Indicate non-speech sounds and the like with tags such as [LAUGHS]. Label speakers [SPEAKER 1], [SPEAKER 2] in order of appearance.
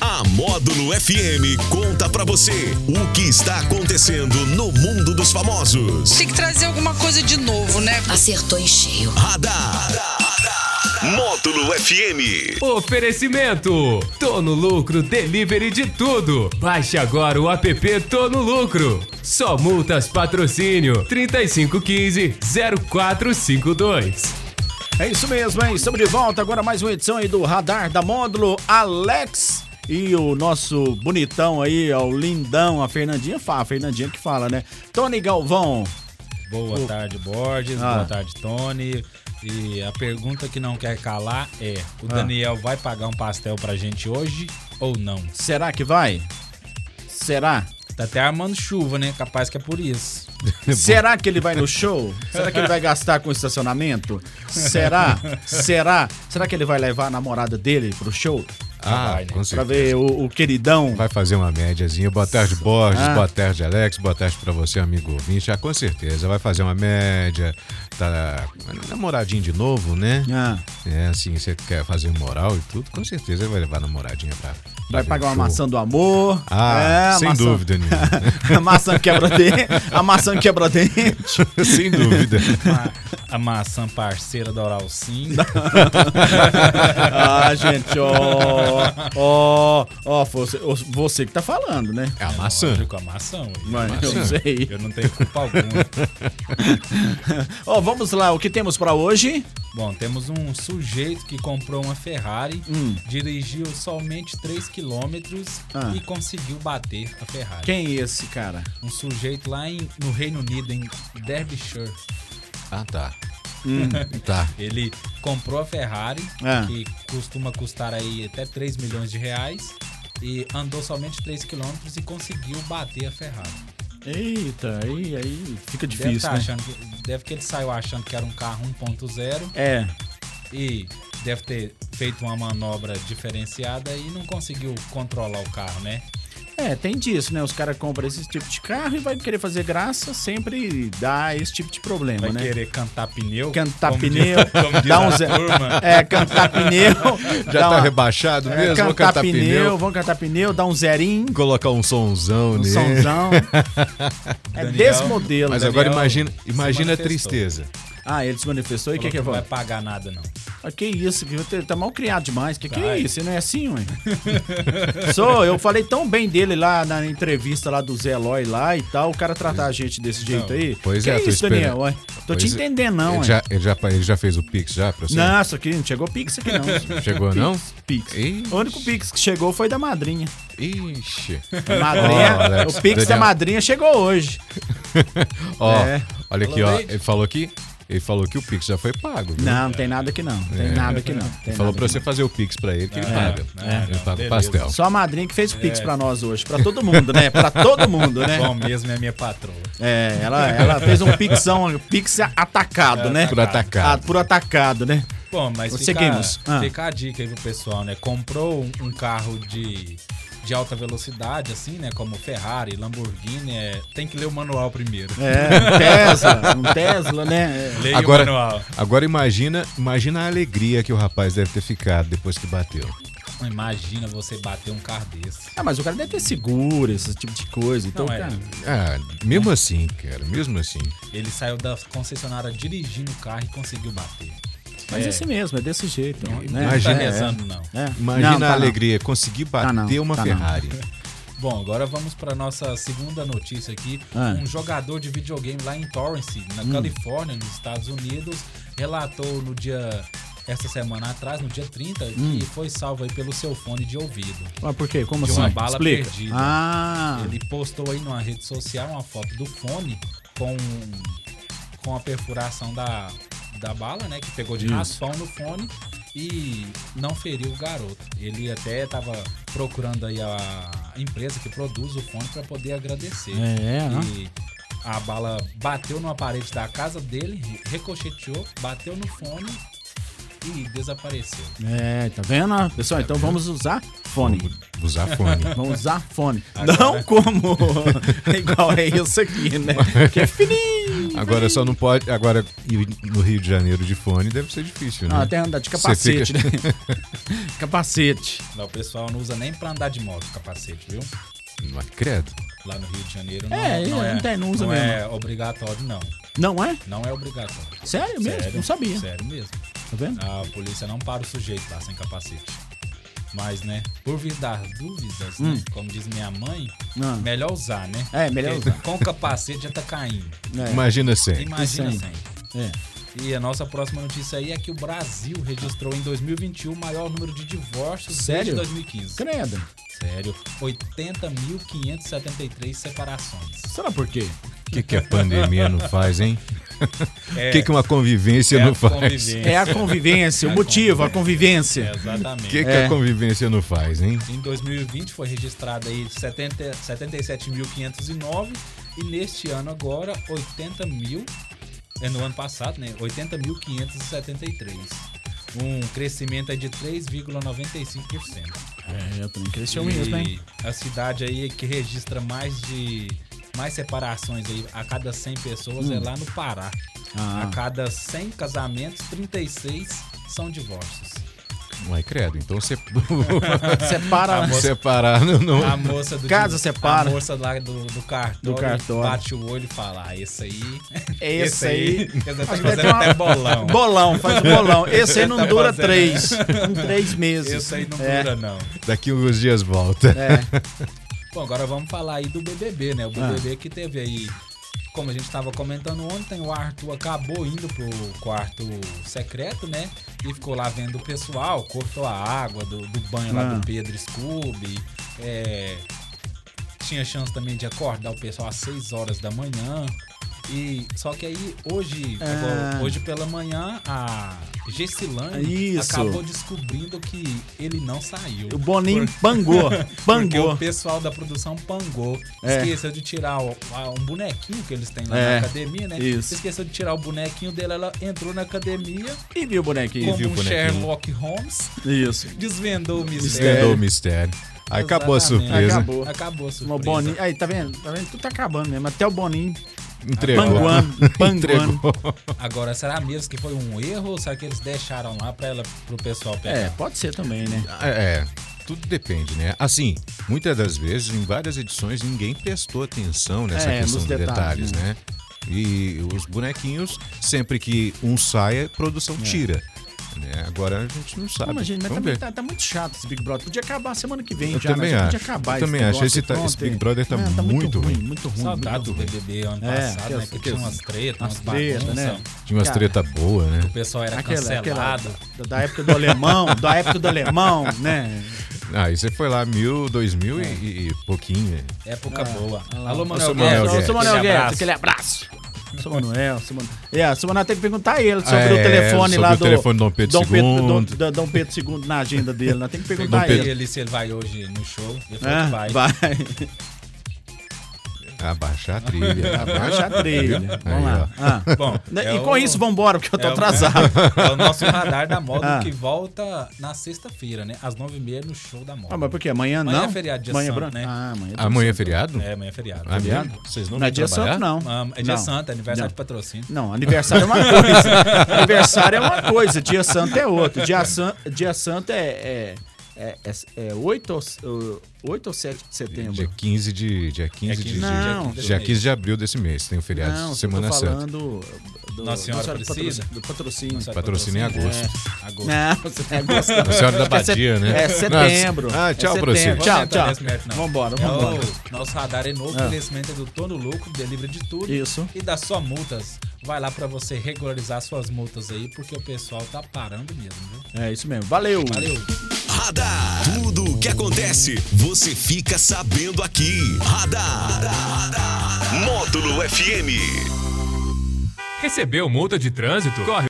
[SPEAKER 1] A Módulo FM conta pra você o que está acontecendo no mundo dos famosos.
[SPEAKER 2] Tem que trazer alguma coisa de novo, né?
[SPEAKER 3] Acertou em cheio.
[SPEAKER 1] Radar. Módulo FM.
[SPEAKER 4] Oferecimento: Tô no lucro, delivery de tudo. Baixe agora o app Tô no lucro. Só multas patrocínio 3515 0452.
[SPEAKER 5] É isso mesmo, hein? Estamos de volta agora mais uma edição aí do Radar da Módulo Alex e o nosso bonitão aí, ó, o lindão, a Fernandinha, fala, a Fernandinha que fala, né? Tony Galvão.
[SPEAKER 6] Boa tarde, Borges.
[SPEAKER 5] Ah.
[SPEAKER 6] Boa tarde, Tony. E a pergunta que não quer calar é: o
[SPEAKER 5] Ah.
[SPEAKER 6] Daniel vai pagar um pastel pra gente hoje ou não?
[SPEAKER 5] Será que vai? Será?
[SPEAKER 6] Tá até armando chuva, né? Capaz que é por isso.
[SPEAKER 5] Será que ele vai no show? Será que ele vai gastar com estacionamento? Será? Será? Será que ele vai levar a namorada dele pro show?
[SPEAKER 7] Ah,
[SPEAKER 6] vai, né?
[SPEAKER 7] com
[SPEAKER 5] Pra
[SPEAKER 7] certeza.
[SPEAKER 5] ver o, o queridão?
[SPEAKER 7] Vai fazer uma médiazinha. Boa tarde, Borges.
[SPEAKER 5] Ah.
[SPEAKER 7] Boa tarde, Alex. Boa tarde pra você, amigo ouvinte. Ah, com certeza. Vai fazer uma média. Tá namoradinho de novo, né?
[SPEAKER 5] Ah,
[SPEAKER 7] É, assim, você quer fazer moral e tudo. Com certeza ele vai levar a namoradinha pra. pra
[SPEAKER 5] vai
[SPEAKER 7] ver
[SPEAKER 5] pagar
[SPEAKER 7] o
[SPEAKER 5] uma
[SPEAKER 7] show.
[SPEAKER 5] maçã do amor.
[SPEAKER 7] Ah,
[SPEAKER 5] É, a
[SPEAKER 7] sem
[SPEAKER 5] maçã- [LAUGHS]
[SPEAKER 7] dúvida nenhuma.
[SPEAKER 5] a maçã quebra-dente. A maçã quebra-dente.
[SPEAKER 7] sem dúvida.
[SPEAKER 6] Ma- a maçã parceira da Oral Sim.
[SPEAKER 5] [LAUGHS] Ah, gente, ó. Ó, ó, você, ó, você que tá falando, né?
[SPEAKER 7] É a maçã.
[SPEAKER 6] Lógico, a maçã. ué.
[SPEAKER 5] Mas eu não
[SPEAKER 6] É Maçã.
[SPEAKER 5] sei.
[SPEAKER 6] Eu não tenho culpa alguma.
[SPEAKER 5] Ó, vamos lá, o que temos pra hoje?
[SPEAKER 6] Bom, temos um sujeito que comprou uma Ferrari, dirigiu somente 3 quilômetros
[SPEAKER 5] Hum. Ah.
[SPEAKER 6] e conseguiu bater a Ferrari.
[SPEAKER 5] Quem é esse cara?
[SPEAKER 6] Um sujeito lá em- no Reino Unido, em Derbyshire.
[SPEAKER 7] Ah, tá. Tá.
[SPEAKER 6] Ele comprou a Ferrari,
[SPEAKER 5] Ah.
[SPEAKER 6] que costuma custar aí até 3 milhões de reais, e andou somente 3 quilômetros e conseguiu bater a Ferrari.
[SPEAKER 5] Eita, aí, aí fica
[SPEAKER 6] Deve,
[SPEAKER 5] difícil,
[SPEAKER 6] tá
[SPEAKER 5] né?
[SPEAKER 6] achando que, deve que ele saiu achando que era um carro 1.0
[SPEAKER 5] É,
[SPEAKER 6] e deve ter feito uma manobra diferenciada e não conseguiu controlar o carro, né?
[SPEAKER 5] é, tem disso, né? Os caras compram esse tipo de carro e vai querer fazer graça, sempre dá esse tipo de problema,
[SPEAKER 6] Vai
[SPEAKER 5] né?
[SPEAKER 6] querer cantar pneu.
[SPEAKER 5] Cantar
[SPEAKER 6] como
[SPEAKER 5] pneu,
[SPEAKER 6] diz- como diz
[SPEAKER 5] dá
[SPEAKER 6] a
[SPEAKER 5] um zé.
[SPEAKER 6] turma.
[SPEAKER 5] É, cantar
[SPEAKER 6] [LAUGHS]
[SPEAKER 5] pneu.
[SPEAKER 7] Já
[SPEAKER 5] dá
[SPEAKER 7] tá
[SPEAKER 5] uma-
[SPEAKER 7] rebaixado
[SPEAKER 5] é,
[SPEAKER 7] mesmo? Vou
[SPEAKER 5] cantar,
[SPEAKER 7] cantar
[SPEAKER 5] pneu,
[SPEAKER 7] pneu.
[SPEAKER 5] vamos cantar pneu, dar um zerinho,
[SPEAKER 7] Colocar um somzão
[SPEAKER 5] um
[SPEAKER 7] nele. [LAUGHS]
[SPEAKER 5] somzão. é
[SPEAKER 6] Daniel,
[SPEAKER 5] desse modelo.
[SPEAKER 7] Mas
[SPEAKER 5] né?
[SPEAKER 7] agora
[SPEAKER 6] Daniel
[SPEAKER 7] imagina,
[SPEAKER 6] se
[SPEAKER 7] imagina a
[SPEAKER 6] manifestou.
[SPEAKER 7] tristeza.
[SPEAKER 5] Ah, ele se manifestou e o que
[SPEAKER 6] Falou
[SPEAKER 5] que é?
[SPEAKER 6] não vai
[SPEAKER 5] Vai...
[SPEAKER 6] pagar nada, não.
[SPEAKER 5] Ah, que isso, que você tá mal criado demais. Que que é
[SPEAKER 6] Vai.
[SPEAKER 5] isso? Você não é assim, ué? Sou, eu falei tão bem dele lá na entrevista lá do Zé Lói lá e tal. O cara tratar a gente desse jeito aí.
[SPEAKER 7] Pois
[SPEAKER 5] que
[SPEAKER 7] é, tô
[SPEAKER 5] isso, Daniel?
[SPEAKER 7] esperando.
[SPEAKER 5] ué? Tô te
[SPEAKER 7] Pois é.
[SPEAKER 5] entendendo, não,
[SPEAKER 7] ele,
[SPEAKER 5] ué.
[SPEAKER 7] já, ele, já, ele já fez o Pix já pra você?
[SPEAKER 5] Não, isso aqui não chegou Pix aqui,
[SPEAKER 7] [LAUGHS]
[SPEAKER 5] não.
[SPEAKER 7] Chegou, não?
[SPEAKER 5] Pix.
[SPEAKER 7] Ih.
[SPEAKER 5] O único Pix que chegou foi da madrinha.
[SPEAKER 7] Ixi.
[SPEAKER 5] A madrinha
[SPEAKER 7] Ó, Alex,
[SPEAKER 5] o Pix da
[SPEAKER 7] Daniel.
[SPEAKER 5] madrinha chegou hoje.
[SPEAKER 7] Ó,
[SPEAKER 5] É.
[SPEAKER 7] olha aqui,
[SPEAKER 6] Falou
[SPEAKER 7] ó.
[SPEAKER 6] bem.
[SPEAKER 7] Ele falou aqui, ele falou que o Pix já foi pago. viu?
[SPEAKER 5] Não, não tem nada aqui não. Não Tem nada aqui não. Tem
[SPEAKER 7] Ele É. falou
[SPEAKER 5] nada
[SPEAKER 7] pra
[SPEAKER 5] aqui
[SPEAKER 7] você fazer o Pix pra ele, que ele
[SPEAKER 6] É,
[SPEAKER 7] paga.
[SPEAKER 6] é,
[SPEAKER 7] ele
[SPEAKER 6] não,
[SPEAKER 7] paga o
[SPEAKER 6] beleza.
[SPEAKER 7] pastel.
[SPEAKER 5] não. Só a madrinha que fez o
[SPEAKER 7] É.
[SPEAKER 5] Pix pra nós hoje. Pra todo mundo, né? Pra todo mundo, né?
[SPEAKER 6] Bom mesmo é minha patroa.
[SPEAKER 5] É, ela, ela fez um pixão, um pix atacado, né?
[SPEAKER 7] Por atacado.
[SPEAKER 5] Ah, por atacado, né?
[SPEAKER 6] Bom, mas
[SPEAKER 5] Você,
[SPEAKER 6] fica,
[SPEAKER 5] Games. Ah.
[SPEAKER 6] fica a dica aí pro pessoal, né? Comprou um, um carro de, de alta velocidade, assim, né? Como Ferrari, Lamborghini, é, tem que ler o manual primeiro.
[SPEAKER 5] É, um Tesla, um Tesla, né?
[SPEAKER 6] [LAUGHS] Leia
[SPEAKER 7] Agora,
[SPEAKER 6] o manual.
[SPEAKER 7] agora imagina, imagina a alegria que o rapaz deve ter ficado depois que bateu.
[SPEAKER 6] Imagina você bater um carro desse.
[SPEAKER 5] Ah, mas o cara deve ter seguro, esse tipo de coisa. Então,
[SPEAKER 6] Não, é.
[SPEAKER 5] cara,
[SPEAKER 7] Ah,
[SPEAKER 5] É.
[SPEAKER 7] mesmo assim, cara, mesmo assim.
[SPEAKER 6] Ele saiu da concessionária dirigindo o carro e conseguiu bater.
[SPEAKER 5] Mas esse mesmo, é desse jeito. né?
[SPEAKER 6] Não tá
[SPEAKER 7] Imagina-
[SPEAKER 6] rezando, não.
[SPEAKER 5] É.
[SPEAKER 7] Imagina
[SPEAKER 5] Não, tá
[SPEAKER 7] a
[SPEAKER 5] não.
[SPEAKER 7] alegria, conseguir
[SPEAKER 5] Tá
[SPEAKER 7] bater
[SPEAKER 5] não,
[SPEAKER 7] uma
[SPEAKER 5] tá não.
[SPEAKER 7] Ferrari.
[SPEAKER 6] Bom, agora vamos para nossa segunda notícia aqui.
[SPEAKER 5] Ah.
[SPEAKER 6] Um jogador de videogame lá em Torrance, na Califórnia, nos Estados Unidos, relatou no dia essa semana atrás, no dia 30, que foi salvo aí pelo seu fone de ouvido.
[SPEAKER 5] Mas por quê? Como
[SPEAKER 6] De
[SPEAKER 5] assim?
[SPEAKER 6] uma bala
[SPEAKER 5] Explica.
[SPEAKER 6] perdida.
[SPEAKER 5] Ah,
[SPEAKER 6] Ele postou aí numa rede social uma foto do fone com com a perfuração da, da bala, né, que pegou de
[SPEAKER 5] Isso.
[SPEAKER 6] raspão no fone e não feriu o garoto. Ele até estava procurando aí a empresa que produz o fone para poder agradecer.
[SPEAKER 5] É, né?
[SPEAKER 6] e a bala bateu numa parede da casa dele, ricocheteou, bateu no fone e desapareceu.
[SPEAKER 5] é, tá vendo? Pessoal, então vamos usar fone.
[SPEAKER 7] Usar fone.
[SPEAKER 5] Vamos usar [LAUGHS] fone. Não como igual é isso aqui, né? Que é fininho.
[SPEAKER 7] Agora só não pode. Agora, ir no Rio de Janeiro de fone deve ser difícil, né?
[SPEAKER 5] Ah, tem que andar de
[SPEAKER 7] Você
[SPEAKER 5] capacete,
[SPEAKER 7] fica-
[SPEAKER 5] né? capacete.
[SPEAKER 6] Não, o pessoal não usa nem pra andar de moto capacete, viu?
[SPEAKER 7] Mas credo.
[SPEAKER 6] Lá no Rio de Janeiro não
[SPEAKER 5] É,
[SPEAKER 6] não
[SPEAKER 5] não tem, não usa
[SPEAKER 6] não
[SPEAKER 5] mesmo.
[SPEAKER 6] é obrigatório, não.
[SPEAKER 5] Não é?
[SPEAKER 6] Não é obrigatório.
[SPEAKER 5] Sério mesmo? não sabia.
[SPEAKER 6] Sério mesmo.
[SPEAKER 5] Tá vendo?
[SPEAKER 6] A polícia não para o sujeito lá sem capacete. Mas, né, por vir das dúvidas, né, como diz minha mãe,
[SPEAKER 5] Hum. Ah.
[SPEAKER 6] melhor usar, né?
[SPEAKER 5] É, melhor
[SPEAKER 6] Porque
[SPEAKER 5] usar.
[SPEAKER 6] Com o capacete já tá caindo.
[SPEAKER 5] [LAUGHS] É.
[SPEAKER 7] Imagina sem.
[SPEAKER 6] Imagina
[SPEAKER 5] Isso
[SPEAKER 6] sem.
[SPEAKER 5] aí. É.
[SPEAKER 6] E a nossa próxima notícia aí é que o Brasil registrou em 2021 o maior número de divórcios
[SPEAKER 5] Sério?
[SPEAKER 6] desde 2015.
[SPEAKER 5] Credo.
[SPEAKER 6] Sério, 80.573 separações.
[SPEAKER 5] Será por quê?
[SPEAKER 7] O que, que a pandemia não faz, hein? O que, que uma convivência
[SPEAKER 6] é a
[SPEAKER 7] não faz? O
[SPEAKER 6] convivência.
[SPEAKER 5] É a convivência, o
[SPEAKER 6] A
[SPEAKER 5] motivo, a
[SPEAKER 6] É,
[SPEAKER 5] convivência.
[SPEAKER 6] Exatamente.
[SPEAKER 7] que, que
[SPEAKER 5] É.
[SPEAKER 7] a convivência não faz, hein?
[SPEAKER 6] Em 2020 foi registrado aí 70 77.509 e neste ano agora 80 mil, é no ano passado, né? 80.573. Um crescimento aí de 3,95%.
[SPEAKER 5] É, eu também cresceu mesmo, hein?
[SPEAKER 6] E a cidade aí que registra mais de mais separações aí a cada 100 pessoas é lá no Pará.
[SPEAKER 5] Hum. Ah. [LAUGHS]
[SPEAKER 6] A cada 100 casamentos, 36 são divórcios.
[SPEAKER 7] Mas credo, então você.
[SPEAKER 5] Separa.
[SPEAKER 7] Separar [LAUGHS] não. não-
[SPEAKER 6] A moça do
[SPEAKER 5] Casa separa.
[SPEAKER 6] A moça lá do, do cartório,
[SPEAKER 5] Do cartório.
[SPEAKER 6] bate o olho e fala: ah, esse aí.
[SPEAKER 5] Esse aí.
[SPEAKER 6] [LAUGHS] Esse tá
[SPEAKER 5] Acho que
[SPEAKER 6] fazendo
[SPEAKER 5] tem uma-
[SPEAKER 6] até bolão.
[SPEAKER 5] Bolão, faz [LAUGHS] o bolão. Esse aí não
[SPEAKER 6] Tá
[SPEAKER 5] dura
[SPEAKER 6] fazendo-
[SPEAKER 5] três. [LAUGHS] Em três meses.
[SPEAKER 6] Esse aí não
[SPEAKER 5] É,
[SPEAKER 6] dura, não.
[SPEAKER 7] Daqui uns dias volta.
[SPEAKER 5] É.
[SPEAKER 6] Bom, agora vamos falar aí do BBB, né? O
[SPEAKER 5] Ah.
[SPEAKER 6] BBB que teve aí. Como a gente tava comentando ontem, o Arthur acabou indo pro quarto secreto, né? E ficou lá vendo o pessoal, cortou a água do, do banho lá
[SPEAKER 5] Ah.
[SPEAKER 6] do Pedro Scooby. É, tinha chance também de acordar o pessoal às 6 horas da manhã. E só que aí hoje,
[SPEAKER 5] Ah.
[SPEAKER 6] agora, hoje pela manhã, a Gessilane
[SPEAKER 5] Isso.
[SPEAKER 6] acabou descobrindo que ele não saiu.
[SPEAKER 5] O Boninho [LAUGHS] pangou.
[SPEAKER 6] [LAUGHS] Porque
[SPEAKER 5] Pangou.
[SPEAKER 6] o pessoal da produção pangou.
[SPEAKER 5] É.
[SPEAKER 6] Esqueceu de tirar o- a- um bonequinho que eles têm lá
[SPEAKER 5] É,
[SPEAKER 6] na academia, né?
[SPEAKER 5] isso.
[SPEAKER 6] Esqueceu de tirar o bonequinho dele, ela entrou na academia
[SPEAKER 5] E viu o bonequinho?
[SPEAKER 6] como
[SPEAKER 7] viu o
[SPEAKER 6] um
[SPEAKER 7] bonequinho.
[SPEAKER 6] Sherlock Holmes,
[SPEAKER 5] Isso.
[SPEAKER 6] desvendou o mistério.
[SPEAKER 5] é
[SPEAKER 7] Desvendou o mistério. Aí acabou a
[SPEAKER 6] Exatamente.
[SPEAKER 7] surpresa.
[SPEAKER 5] Acabou.
[SPEAKER 6] Acabou a
[SPEAKER 5] O
[SPEAKER 6] surpresa.
[SPEAKER 5] Boninho. Aí, tá vendo? Tá vendo? Tudo tá acabando mesmo. Até o Boninho.
[SPEAKER 7] Entregou.
[SPEAKER 5] Panguano, panguano.
[SPEAKER 7] [LAUGHS] Entregou.
[SPEAKER 6] Agora, será mesmo que foi um erro ou será que eles deixaram lá pra ela, pro pessoal pegar?
[SPEAKER 5] É, pode ser também, né?
[SPEAKER 7] É, tudo depende, né? Assim, muitas das vezes, em várias edições, ninguém prestou atenção nessa
[SPEAKER 5] É,
[SPEAKER 7] questão
[SPEAKER 5] nos
[SPEAKER 7] de detalhes,
[SPEAKER 5] detalhes,
[SPEAKER 7] né? E os bonequinhos, sempre que um sai, a produção tira. né? Agora a gente não sabe.
[SPEAKER 5] Não, É. mas, gente, mas
[SPEAKER 7] Vamos
[SPEAKER 5] também
[SPEAKER 7] ver.
[SPEAKER 5] tá, tá muito chato esse Big Brother. Podia acabar semana que vem
[SPEAKER 7] Eu
[SPEAKER 5] já. né?
[SPEAKER 7] também
[SPEAKER 5] Já
[SPEAKER 7] acho.
[SPEAKER 5] Podia acabar
[SPEAKER 7] Eu
[SPEAKER 5] esse
[SPEAKER 7] também acho.
[SPEAKER 5] negócio
[SPEAKER 7] Esse
[SPEAKER 5] e
[SPEAKER 7] tá- esse
[SPEAKER 5] pronto,
[SPEAKER 7] Big
[SPEAKER 5] é.
[SPEAKER 7] Brother tá
[SPEAKER 5] Não,
[SPEAKER 7] muito ruim.
[SPEAKER 5] Muito ruim,
[SPEAKER 6] Saudades
[SPEAKER 5] É, muito
[SPEAKER 6] do
[SPEAKER 5] ruim.
[SPEAKER 6] BBB ano
[SPEAKER 5] É,
[SPEAKER 6] passado, né?
[SPEAKER 5] aquelas-
[SPEAKER 6] Que tinha umas tretas,
[SPEAKER 5] umas
[SPEAKER 6] umas bagunças.
[SPEAKER 5] tretas, né?
[SPEAKER 7] Tinha umas
[SPEAKER 5] Cara,
[SPEAKER 7] treta boa, né?
[SPEAKER 6] O pessoal era
[SPEAKER 5] Aquela, aquela
[SPEAKER 6] cancelado.
[SPEAKER 5] da, da época do alemão, da época do alemão,
[SPEAKER 7] [LAUGHS]
[SPEAKER 5] né?
[SPEAKER 7] Aí Ah, você foi lá mil, dois mil
[SPEAKER 5] É.
[SPEAKER 7] e- e, e pouquinho. né?
[SPEAKER 6] Época boa. Alô,
[SPEAKER 7] Alô,
[SPEAKER 6] Manuel
[SPEAKER 7] Manuel
[SPEAKER 6] Guedes.
[SPEAKER 7] Guedes.
[SPEAKER 5] Seu Ah, Manuel
[SPEAKER 6] Aquele
[SPEAKER 5] Guedes,
[SPEAKER 6] abraço.
[SPEAKER 5] aquele abraço. Seu Manuel, seu Manuel. É, seu Manuel tem que perguntar a ele sobre
[SPEAKER 7] Ah,
[SPEAKER 5] o
[SPEAKER 7] é,
[SPEAKER 5] telefone
[SPEAKER 7] sobre
[SPEAKER 5] lá
[SPEAKER 7] o
[SPEAKER 5] do.
[SPEAKER 7] telefone do Dom Pedro
[SPEAKER 5] Pedro- Dom-
[SPEAKER 7] II.
[SPEAKER 5] da- Dom Pedro II na agenda dele, nós temos que
[SPEAKER 6] Perguntei
[SPEAKER 5] perguntar a
[SPEAKER 6] pra
[SPEAKER 5] ele.
[SPEAKER 6] ele se ele vai hoje no show. Ele falou
[SPEAKER 5] Ah,
[SPEAKER 6] que vai.
[SPEAKER 5] vai.
[SPEAKER 7] Abaixar a
[SPEAKER 5] [LAUGHS]
[SPEAKER 7] trilha. [LAUGHS]
[SPEAKER 5] Abaixa a trilha. Vamos
[SPEAKER 7] Aí,
[SPEAKER 5] lá. Ah.
[SPEAKER 6] Bom,
[SPEAKER 5] Né,
[SPEAKER 6] é
[SPEAKER 5] e com
[SPEAKER 6] o-
[SPEAKER 5] isso, vambora, porque eu tô
[SPEAKER 6] é o-
[SPEAKER 7] [LAUGHS]
[SPEAKER 5] atrasado.
[SPEAKER 6] [LAUGHS] É o nosso radar da moda
[SPEAKER 5] Ah.
[SPEAKER 6] que volta na sexta-feira, né? Às nove e meia no show da moda.
[SPEAKER 5] Ah, mas por quê? Amanhã não?
[SPEAKER 6] Amanhã é feriado, dia
[SPEAKER 5] amanhã
[SPEAKER 6] santo,
[SPEAKER 5] branco?
[SPEAKER 6] né?
[SPEAKER 5] Ah, amanhã é dia
[SPEAKER 7] Amanhã é feriado?
[SPEAKER 6] É, amanhã é feriado.
[SPEAKER 7] Ah,
[SPEAKER 5] feriado.
[SPEAKER 7] mesmo? Vocês não
[SPEAKER 5] Não é
[SPEAKER 7] vão
[SPEAKER 5] dia
[SPEAKER 7] trabalhar?
[SPEAKER 5] santo, não.
[SPEAKER 6] Ah, é dia
[SPEAKER 5] Não.
[SPEAKER 6] santo, aniversário
[SPEAKER 5] Não.
[SPEAKER 6] de patrocínio.
[SPEAKER 5] Não, aniversário é uma
[SPEAKER 7] [LAUGHS]
[SPEAKER 5] coisa. aniversário é uma coisa, dia santo é outra. Dia, san, dia santo é, é, é, é, 8, ou, 8 ou 7 de
[SPEAKER 7] Dia
[SPEAKER 5] setembro. É
[SPEAKER 7] 15 de. Dia 15 de.
[SPEAKER 5] Não.
[SPEAKER 7] dia 15 de abril desse mês, tem o feriado.
[SPEAKER 5] Não, eu
[SPEAKER 7] é, Semana
[SPEAKER 5] tô
[SPEAKER 7] Santa.
[SPEAKER 5] falando do,
[SPEAKER 6] Nossa Senhora
[SPEAKER 5] do
[SPEAKER 6] Aparecida?
[SPEAKER 5] patrocínio. Do patrocínio. é
[SPEAKER 7] Patrocínio em agosto.
[SPEAKER 6] Agosto.
[SPEAKER 5] Não, você é gostoso.
[SPEAKER 7] A senhora da
[SPEAKER 5] Acho que é set-
[SPEAKER 7] Badia, né?
[SPEAKER 5] É setembro.
[SPEAKER 7] Nossa. Ah,
[SPEAKER 5] É
[SPEAKER 7] tchau,
[SPEAKER 5] setembro.
[SPEAKER 7] Procílio.
[SPEAKER 5] Tchau,
[SPEAKER 6] Vamos entrar
[SPEAKER 5] tchau.
[SPEAKER 6] tá nesse mérito, não.
[SPEAKER 5] Vambora,
[SPEAKER 6] É
[SPEAKER 5] vambora. Ah.
[SPEAKER 6] o nosso radar é novo, oferecimento é do Tono Louco, delivery de tudo.
[SPEAKER 5] Isso.
[SPEAKER 6] E das suas multas. Vai lá pra você regularizar suas multas aí, porque o pessoal tá parando mesmo, viu?
[SPEAKER 5] É isso mesmo. Valeu.
[SPEAKER 6] Valeu.
[SPEAKER 1] Radar. Tudo o que acontece, você fica sabendo aqui. Radar. Módulo FM.
[SPEAKER 4] Recebeu multa de trânsito? Corre.